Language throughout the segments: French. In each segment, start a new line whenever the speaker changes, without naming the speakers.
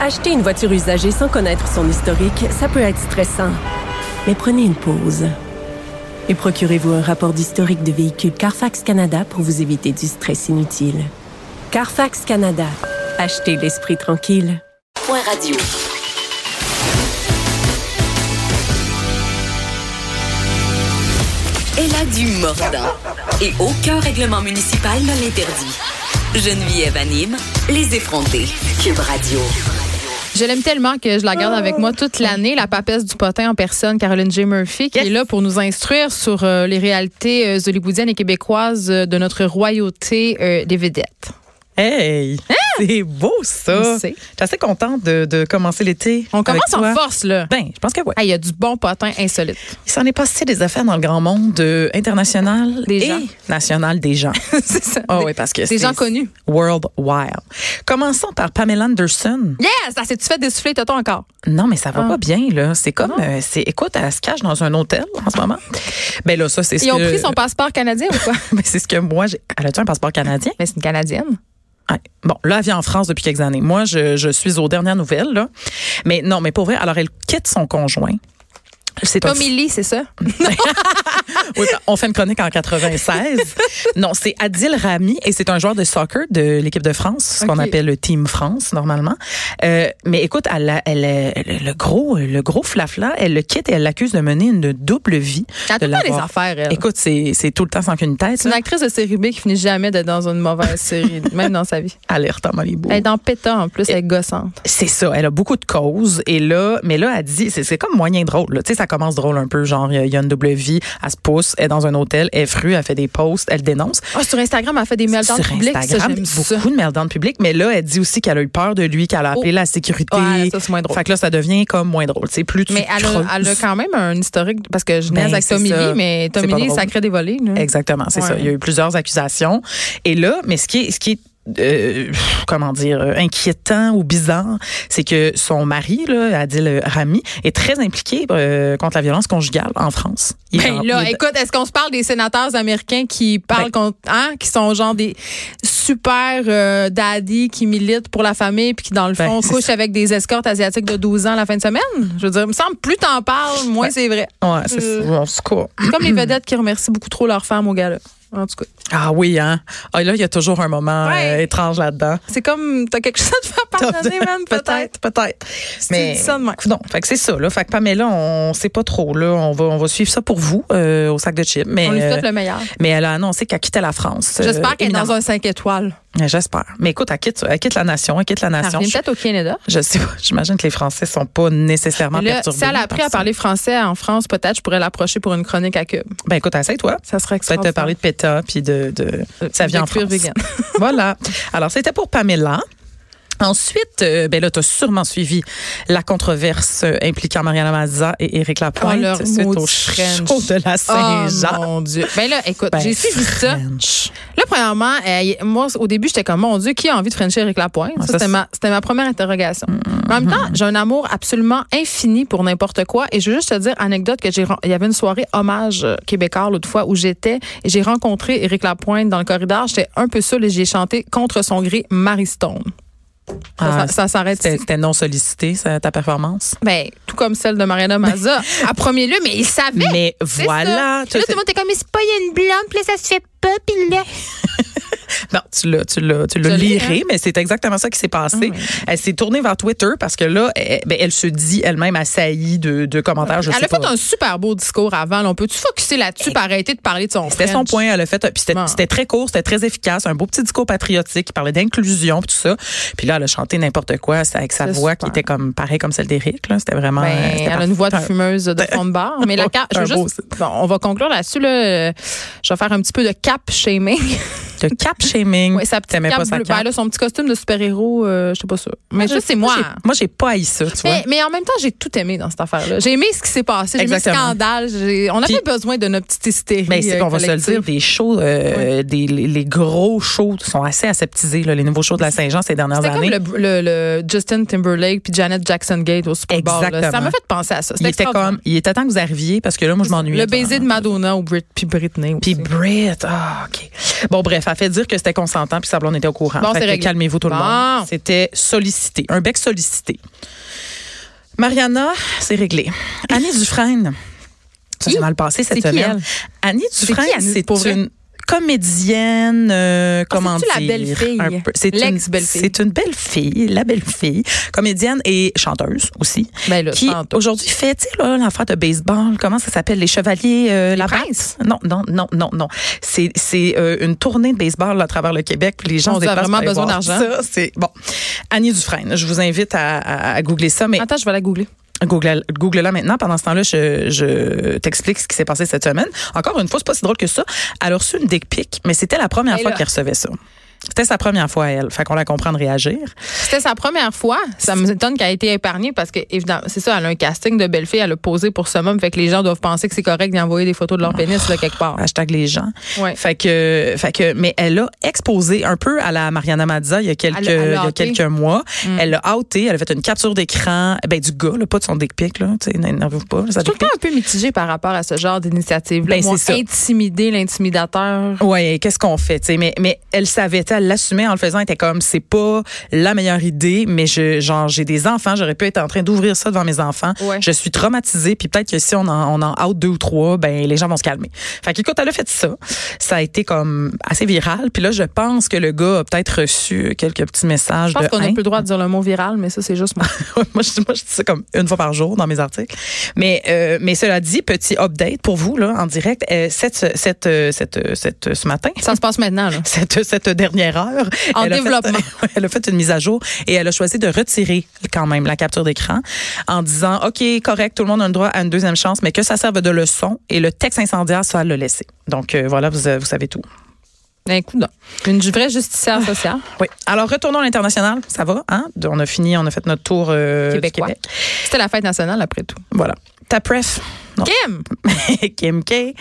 Acheter une voiture usagée sans connaître son historique, ça peut être stressant. Mais prenez une pause. Et procurez-vous un rapport d'historique de véhicule Carfax Canada pour vous éviter du stress inutile. Carfax Canada. Achetez l'esprit tranquille.
Point radio. Elle a du mordant. Et aucun règlement municipal ne l'interdit. Geneviève anime les effrontés. Cube Radio.
Je l'aime tellement que je la garde avec moi toute l'année, la papesse du potin en personne, Caroline J. Murphy, qui
Ah. Yes.
est là pour nous instruire sur euh, les réalités euh, hollywoodiennes et québécoises euh, de notre royauté euh, des vedettes.
Hey! C'est beau, ça!
Hein? Je
Je
sais.
suis assez contente de, de commencer l'été.
On
avec
commence en
toi.
force, là.
Ben, je pense que oui.
Ah, Il y a du bon potin insolite.
Il s'en est passé des affaires dans le grand monde euh, international
Des
et
gens.
national des gens.
C'est ça.
Ah oui, parce que
Des gens
c'est
connus.
Worldwide. Commençons par Pamela Anderson.
Yes! Ah, c'est-tu fait dessouffler, tonton, encore?
Non, mais ça va
Ah.
pas bien, là. C'est comme, euh, c'est, écoute, elle se cache dans un hôtel en ce moment. Ben là, ça, c'est ce
Ils ont
que-
pris son passeport canadien ou quoi?
Ben, c'est ce que moi, j'ai... elle a-tu un passeport canadien?
Mais c'est une Canadienne.
Ouais. Hein, Bon, là, elle vit en France depuis quelques années. Moi, je, je suis aux dernières nouvelles, là. Mais non, mais pour vrai, alors elle quitte son conjoint. C'est un-
Comme Millie, c'est ça?
Oui, on fait une chronique en 96. non, c'est Adil Rami et c'est un joueur de soccer de l'équipe de France, ce qu'on
Ok.
appelle le Team France normalement. Euh, mais écoute, elle, a- elle, a- le gros, le gros flafla, elle le quitte et elle l'accuse de mener une double vie.
Elle a
de
tout le temps des
l'avoir-
affaires, elle.
Écoute, c'est c'est tout le temps sans qu'une tête.
C'est une
là.
actrice de série B qui finit jamais d'être dans une mauvaise série, même dans sa vie.
Alerte à Malibu.
Elle est dans péta en plus, elle est gossante.
C'est ça, elle a beaucoup de causes et là, mais là, elle dit, c'est c'est comme moyen drôle. là. Tu sais, ça commence drôle un peu, genre il y a- il y a une double vie, elle se pousse, elle est dans un hôtel, elle est frue, elle fait des posts, elle dénonce.
Ah, sur Instagram, elle fait des mails dans le
Sur
public, ça,
Instagram,
j'aime ça.
beaucoup de merde dans le public, mais là, elle dit aussi qu'elle a eu peur de lui, qu'elle a appelé
Oh.
la sécurité.
Ouais, ça, c'est moins drôle.
Fait que là, ça devient comme moins drôle. C'est plus tu
Mais elle a,
creuses.
elle a quand même un historique, parce que je
Ben,
niaise avec
c'est
Tommy
ça.
Lee, mais
C'est
Tommy
pas
Lee,
drôle.
sacré dévolé. là.
Exactement, c'est
Ouais.
ça. Il y a eu plusieurs accusations. Et là, mais ce qui est, ce qui est euh, pff, comment dire, euh, inquiétant ou bizarre, c'est que son mari, là, Adil Rami, est très impliqué euh, contre la violence conjugale en France. Il est en-
Ben là,
il est-
écoute, est-ce qu'on se parle des sénateurs américains qui
Ben.
parlent contre, hein, qui sont genre des super euh, daddy qui militent pour la famille puis qui dans le
Ben,
fond
c'est
couchent avec des escortes asiatiques de 12 ans la fin de semaine Je veux dire, il me semble plus t'en parles,
Ben.
moins c'est vrai.
Ouais, c'est
euh,
ça. En tout cas.
C'est Comme les vedettes qui remercient beaucoup trop leurs femmes au gala. En tout cas,
Ah oui, hein? Ah, là, il y a toujours un moment
Ouais.
euh, étrange là-dedans.
c'est comme t'as quelque chose à te faire pardonner, man, peut-être.
Peut-être, peut-être. Mais
dis ça de même.
non, fait que c'est ça là, fait que Pamela, on sait pas trop là, on va on va suivre ça pour vous euh, au sac de chips, mais
On lui souhaite
euh,
le meilleur.
mais elle a annoncé qu'elle quittait la France. euh,
J'espère qu'elle est dans
éminemment.
un 5 étoiles.
Ouais, J'espère. Mais écoute, elle quitte, elle quitte la nation, elle quitte la
Elle
nation.
revient
Je,
peut-être au Canada.
je sais pas, j'imagine que les Français sont pas nécessairement
Mais là,
perturbés.
si elle a appris
par
à
ça.
parler français en France, peut-être je pourrais l'approcher pour une chronique à Cube.
Ben écoute, essaye-toi.
Ça serait
Peut-être te parler de PETA puis de, de ça vient en
cuir
France.
Euh, vegan.
voilà. Alors, c'était pour Pamela. Ensuite, euh, ben là, tu as sûrement suivi la controverse euh, impliquant Mariana Mazza et Éric Lapointe
Oh, leur
suite au
maudit French.
show de la
Oh
Saint-Jean.
mon Dieu. Ben là, écoute,
Ben,
j'ai suivi ça.
French.
Là, premièrement, euh, y- moi, au début, j'étais comme, mon Dieu, qui a envie de Frencher avec la pointe?
Ouais,
Ça,
ça,
c'était
c'est- Mm-hmm.
ma, c'était ma première interrogation. Mais en même temps, j'ai un amour absolument infini pour n'importe quoi. Et je veux juste te dire, anecdote, que j'ai, ren- il y avait une soirée hommage euh, québécois l'autre fois où j'étais et j'ai rencontré Éric Lapointe dans le corridor. J'étais un peu seule et j'ai chanté contre son gré Marie Stone. Ça,
Ah,
ça- ça s'arrête
C'était
ici.
c'était non sollicité, ça, ta performance.
Ben, tout comme celle de Mariana Mazza, à premier lieu, mais il savait.
Mais
C'est
voilà.
ça. Puis là, tout le monde était comme, mais c'est pas, il y a une blonde, puis là, ça se fait pas, puis là.
Non, tu l'as, tu l'as, tu l'as
Je l'ai,
liré,
hein? Ah
mais c'est exactement ça qui s'est passé. Elle s'est tournée vers Twitter parce que là, elle, ben, elle se dit elle-même assaillie de, de commentaires. Je
Elle
sais
a fait
pas.
un super beau discours avant. là. On peut-tu focuser là-dessus pour arrêter de parler de son
C'était son
French?
point, elle a fait. Puis c'était,
Bon.
c'était très court, c'était très efficace, un beau petit discours patriotique qui parlait d'inclusion, puis tout ça. Puis là, elle a chanté n'importe quoi c'est avec sa
C'est
voix
super.
qui était comme pareil comme celle d'Éric. là. C'était vraiment.
Ben,
euh, c'était
elle a
parfait.
une voix de
C'était un-
fumeuse de fond de bar. Mais la carte, je veux
Un beau-
juste. bon, on va conclure là-dessus. Là. Euh, Je vais faire un petit peu de cap shaming.
Le cap shaming.
ouais, sa petite
T'aimais
cape
pas sa
bleue.
cape?
Ben, là, son petit costume de super-héros, euh, je sais pas sûre. Mais ça, c'est moi.
Moi, j'ai, moi, j'ai pas haï ça, tu vois.
Mais, mais en même temps, j'ai tout aimé dans cette affaire-là. J'ai aimé ce qui s'est passé. J'ai aimé le
Exactement.
scandale. J'ai- On a
Puis-
pas besoin de notre petite hystérie.
Ben, c'est
euh,
qu'on va se le
collective.
dire, des shows, euh, des, les, les gros shows sont assez aseptisés, là, les nouveaux shows de la Saint-Jean ces dernières
C'était
années.
comme le, le- le Justin Timberlake puis Janet Jackson Gate au Super Bowl. là.
Exactement.
Ça m'a fait penser à ça.
il était
extraordinaire.
comme, il était temps que vous arriviez parce que là, moi, je m'ennuyais.
Le baiser de Madonna ou Brit, puis Britney.
Puis
aussi.
Brit, ah, OK. Bon, bref, ça a fait dire que c'était consentant puis sa blonde était au courant.
Bon,
Fait
c'est
que
réglé.
Calmez-vous tout le
Bon.
monde. C'était sollicité, un bec sollicité. Mariana, c'est réglé. Annie Dufresne. Ça s'est mal passé cette
C'est qui,
semaine. Annie Dufresne,
qui, Annie,
c'est
pour vrai?
une comédienne, euh, comment dire,
c'est-tu la belle-fille?
un peu- c'est une-
L'ex-belle-fille.
C'est une belle fille, la belle fille, comédienne et chanteuse aussi
Ben là,
qui
tantôt.
aujourd'hui fait, tu sais, là, l'affaire de baseball, comment ça s'appelle, les Chevaliers, euh, la
Princes?
Batte? Non, non, non, non, non. C'est, c'est euh, une tournée de baseball là, à travers le Québec, puis les gens
Mon
se
Dieu, elle a
déplacent
vraiment
pour aller
besoin
voir
d'argent.
Ça, c'est bon. Annie Dufresne, je vous invite à, à- à googler ça, mais
Attends, je vais la googler.
google, google-la maintenant. Pendant ce temps-là, je, je t'explique ce qui s'est passé cette semaine. Encore une fois, c'est pas si drôle que ça. Elle a reçu une dick pic, mais c'était la première
Ben
fois
là.
qu'elle recevait ça. C'était sa première fois à elle. Fait qu'on la comprend de réagir.
C'était sa première fois. Ça m'étonne qu'elle a été épargnée parce que, évidemment, c'est ça, elle a un casting de belle-fille, elle a posé pour ce moment, fait que les gens doivent penser que c'est correct d'envoyer des photos de leur pénis, là, quelque part.
Hashtag les gens.
Ouais.
Fait que, fait que, mais elle a exposé un peu à la Mariana Mazza il y a quelques,
Elle l'a- elle l'a
il y a
outé. Mm.
quelques mois. Elle l'a outé, elle a fait une capture d'écran, ben, du gars, là, pas de son dick pic, là. Tu sais, n'énervez-vous pas,
Je
ça
suis tout le temps un peu mitigée par rapport à ce genre d'initiative-là.
Ben,
Moi,
c'est ça.
intimider l'intimidateur.
Ouais, qu'est-ce qu'on fait, tu sais, mais, mais elle savait, elle l'assumait en le faisant, elle était comme, c'est pas la meilleure idée, mais je, genre, j'ai des enfants, j'aurais pu être en train d'ouvrir ça devant mes enfants.
Ouais.
Je suis traumatisée, puis peut-être que si on en, on en out deux ou trois, ben, les gens vont se calmer. Fait qu'écoute, elle a fait ça. Ça a été comme assez viral, puis là, je pense que le gars a peut-être reçu quelques petits messages
Je pense
de
qu'on n'a
haine.
plus le droit de dire le mot viral, mais ça, c'est juste moi.
Ouais, moi, je, moi, je dis ça comme une fois par jour dans mes articles. Mais, euh, mais cela dit, petit update pour vous, là, en direct, euh, cette, cette, euh, cette, euh, cette, euh, ce matin.
ça se passe maintenant, là.
Cette, cette dernière heure.
En
a fait-
développement.
elle a fait une mise à jour et elle a choisi de retirer quand même la capture d'écran en disant, OK, correct, tout le monde a le droit à une deuxième chance, mais que ça serve de leçon et le texte incendiaire, ça, elle l'a laissé. Donc, euh, voilà, vous, euh, vous savez tout.
Un coup, non. Une vraie justicière sociale.
Oui. Alors, retournons à l'international. Ça va, hein? On a fini, on a fait notre tour euh, du
Québécois.
Québec.
C'était la fête nationale, après tout.
Voilà. Ta pref. Non.
Kim!
Kim K.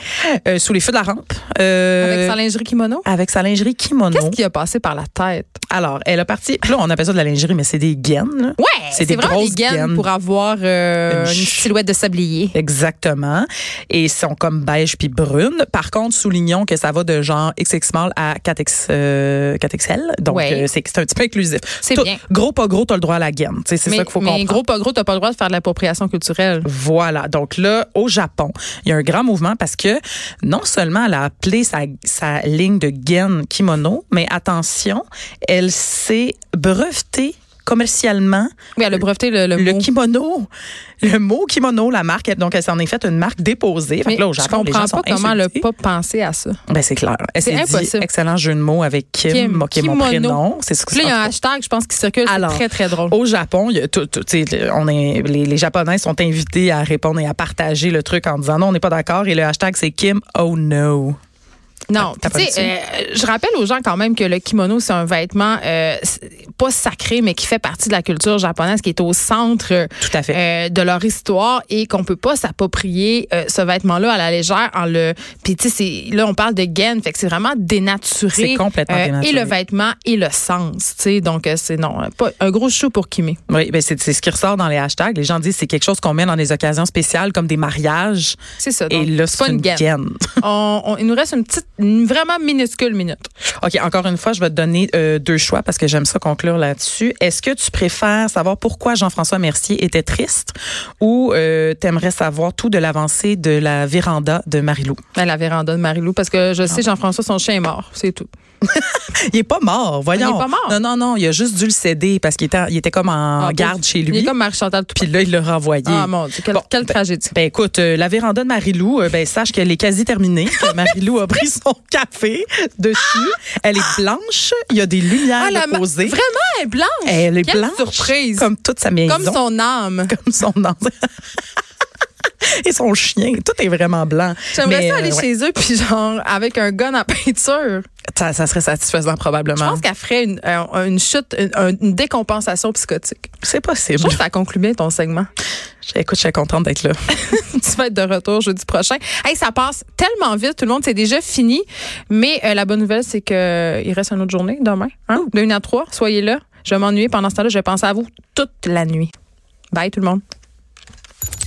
euh, sous les feux de la rampe. euh,
Avec sa lingerie kimono.
avec sa lingerie kimono.
Qu'est-ce qui a passé par la tête?
Alors, elle a parti. Là, on appelle ça de la lingerie, mais c'est des gaines. là.
Ouais!
C'est des
vraiment
grosses
des gaines,
gaines.
pour avoir euh,
Une
une
ch-
silhouette de sablier.
Exactement. Et sont comme beige puis brune. Par contre, soulignons que ça va de genre XXL à 4X, euh, 4XL. Donc,
Ouais.
euh, c'est c'est un petit peu inclusif.
C'est
Tout-
bien.
Gros, pas gros, t'as le droit à la gaine. Tu sais, C'est
mais,
ça qu'il faut
mais
comprendre.
gros, pas gros, t'as pas le droit de faire de l'appropriation culturelle.
Voilà. Donc là, au Japon, il y a un grand mouvement parce que non seulement elle a appelé sa, sa ligne de gaine kimono, mais attention, elle s'est brevetée commercialement
Oui, elle a breveté le, le,
le
mot.
kimono, le mot kimono, la marque. Elle- Donc, elle s'en est faite une marque déposée. Fait
Mais
que là, au
je
Japon, les
comprends
gens sont
pas comment le
insultés.
pas penser à ça.
Ben, c'est clair. Elle
C'est
s'est dit,
impossible.
excellent jeu de mots avec Kim,
Kim,
moi, qui est mon
kimono.
prénom. C'est ce que
Puis là, il y a un
en tout cas.
hashtag, je pense, qui circule. C'est
Alors,
très, très drôle.
Au Japon, il y a tout- tout- tu sais, on est, les, les Japonais sont invités à répondre et à partager le truc en disant non, on n'est pas d'accord. Et le hashtag, c'est Kim Oh No.
Non,
T'as- t'as
puis tu sais, euh, je rappelle aux gens quand même que le kimono, c'est un vêtement euh, c'est pas sacré, mais qui fait partie de la culture japonaise, qui est au centre euh,
Tout à fait.
euh, de leur histoire et qu'on peut pas s'approprier euh, ce vêtement-là à la légère en le. Puis tu sais, c'est- là, on parle de gaine, fait que c'est vraiment dénaturé. euh,
C'est complètement
Et
dénaturé.
le vêtement et le sens, tu sais. Donc, euh, c'est non, euh, pas un gros chou pour Kimé.
Oui, ben c'est c'est ce qui ressort dans les hashtags. Les gens disent c'est quelque chose qu'on met dans des occasions spéciales comme des mariages.
C'est ça.
Et
donc,
là, c'est
pas
une
gaine.
gaine.
On- on- il nous reste une petite, une vraiment minuscule minute.
OK, encore une fois, je vais te donner euh, deux choix parce que j'aime ça conclure là-dessus. Est-ce que tu préfères savoir pourquoi Jean-François Mercier était triste ou euh, t'aimerais savoir tout de l'avancée de la véranda de Marilou?
Ben, la véranda de Marilou, parce que
Ah
je sais, Jean-François, son chien est mort, c'est tout.
Il est pas mort, voyons.
Il est pas mort.
Non, non, non, il a juste dû le céder parce qu'il était, il était comme en
Ah,
garde
pauvre.
chez lui.
Il est comme Marie-Chantal tout
Puis là, il l'a renvoyé.
Ah mon Dieu, quelle,
Bon,
quelle
ben-
tragédie.
Ben écoute, euh, la véranda de Marilou, euh, ben sache qu'elle est quasi terminée. que Marilou a pris son café dessus. Elle est blanche. Il y a des lumières
Ah, ma-
posées.
Vraiment, elle est blanche.
Elle est
quelle
blanche.
surprise. Comme,
Comme toute sa maison.
son âme.
comme son ancêtre. Et son chien, tout est vraiment blanc.
J'aimerais
Mais,
ça aller
euh, ouais,
chez eux, puis genre, avec un gun à peinture.
ça, ça serait satisfaisant
Je
probablement.
pense qu'elle ferait une, euh, une chute, une, un- une décompensation psychotique.
C'est possible.
Je trouve que ça conclut bien ton segment.
Écoute, je suis contente d'être là.
tu vas être de retour jeudi prochain. Hey, ça passe tellement vite, tout le monde, c'est déjà fini. Mais euh, la bonne nouvelle, c'est que euh, il reste une autre journée demain, hein? de 1 à 3. Soyez là. Je vais m'ennuyer pendant ce temps-là. Je vais penser à vous toute la nuit. Bye tout le monde.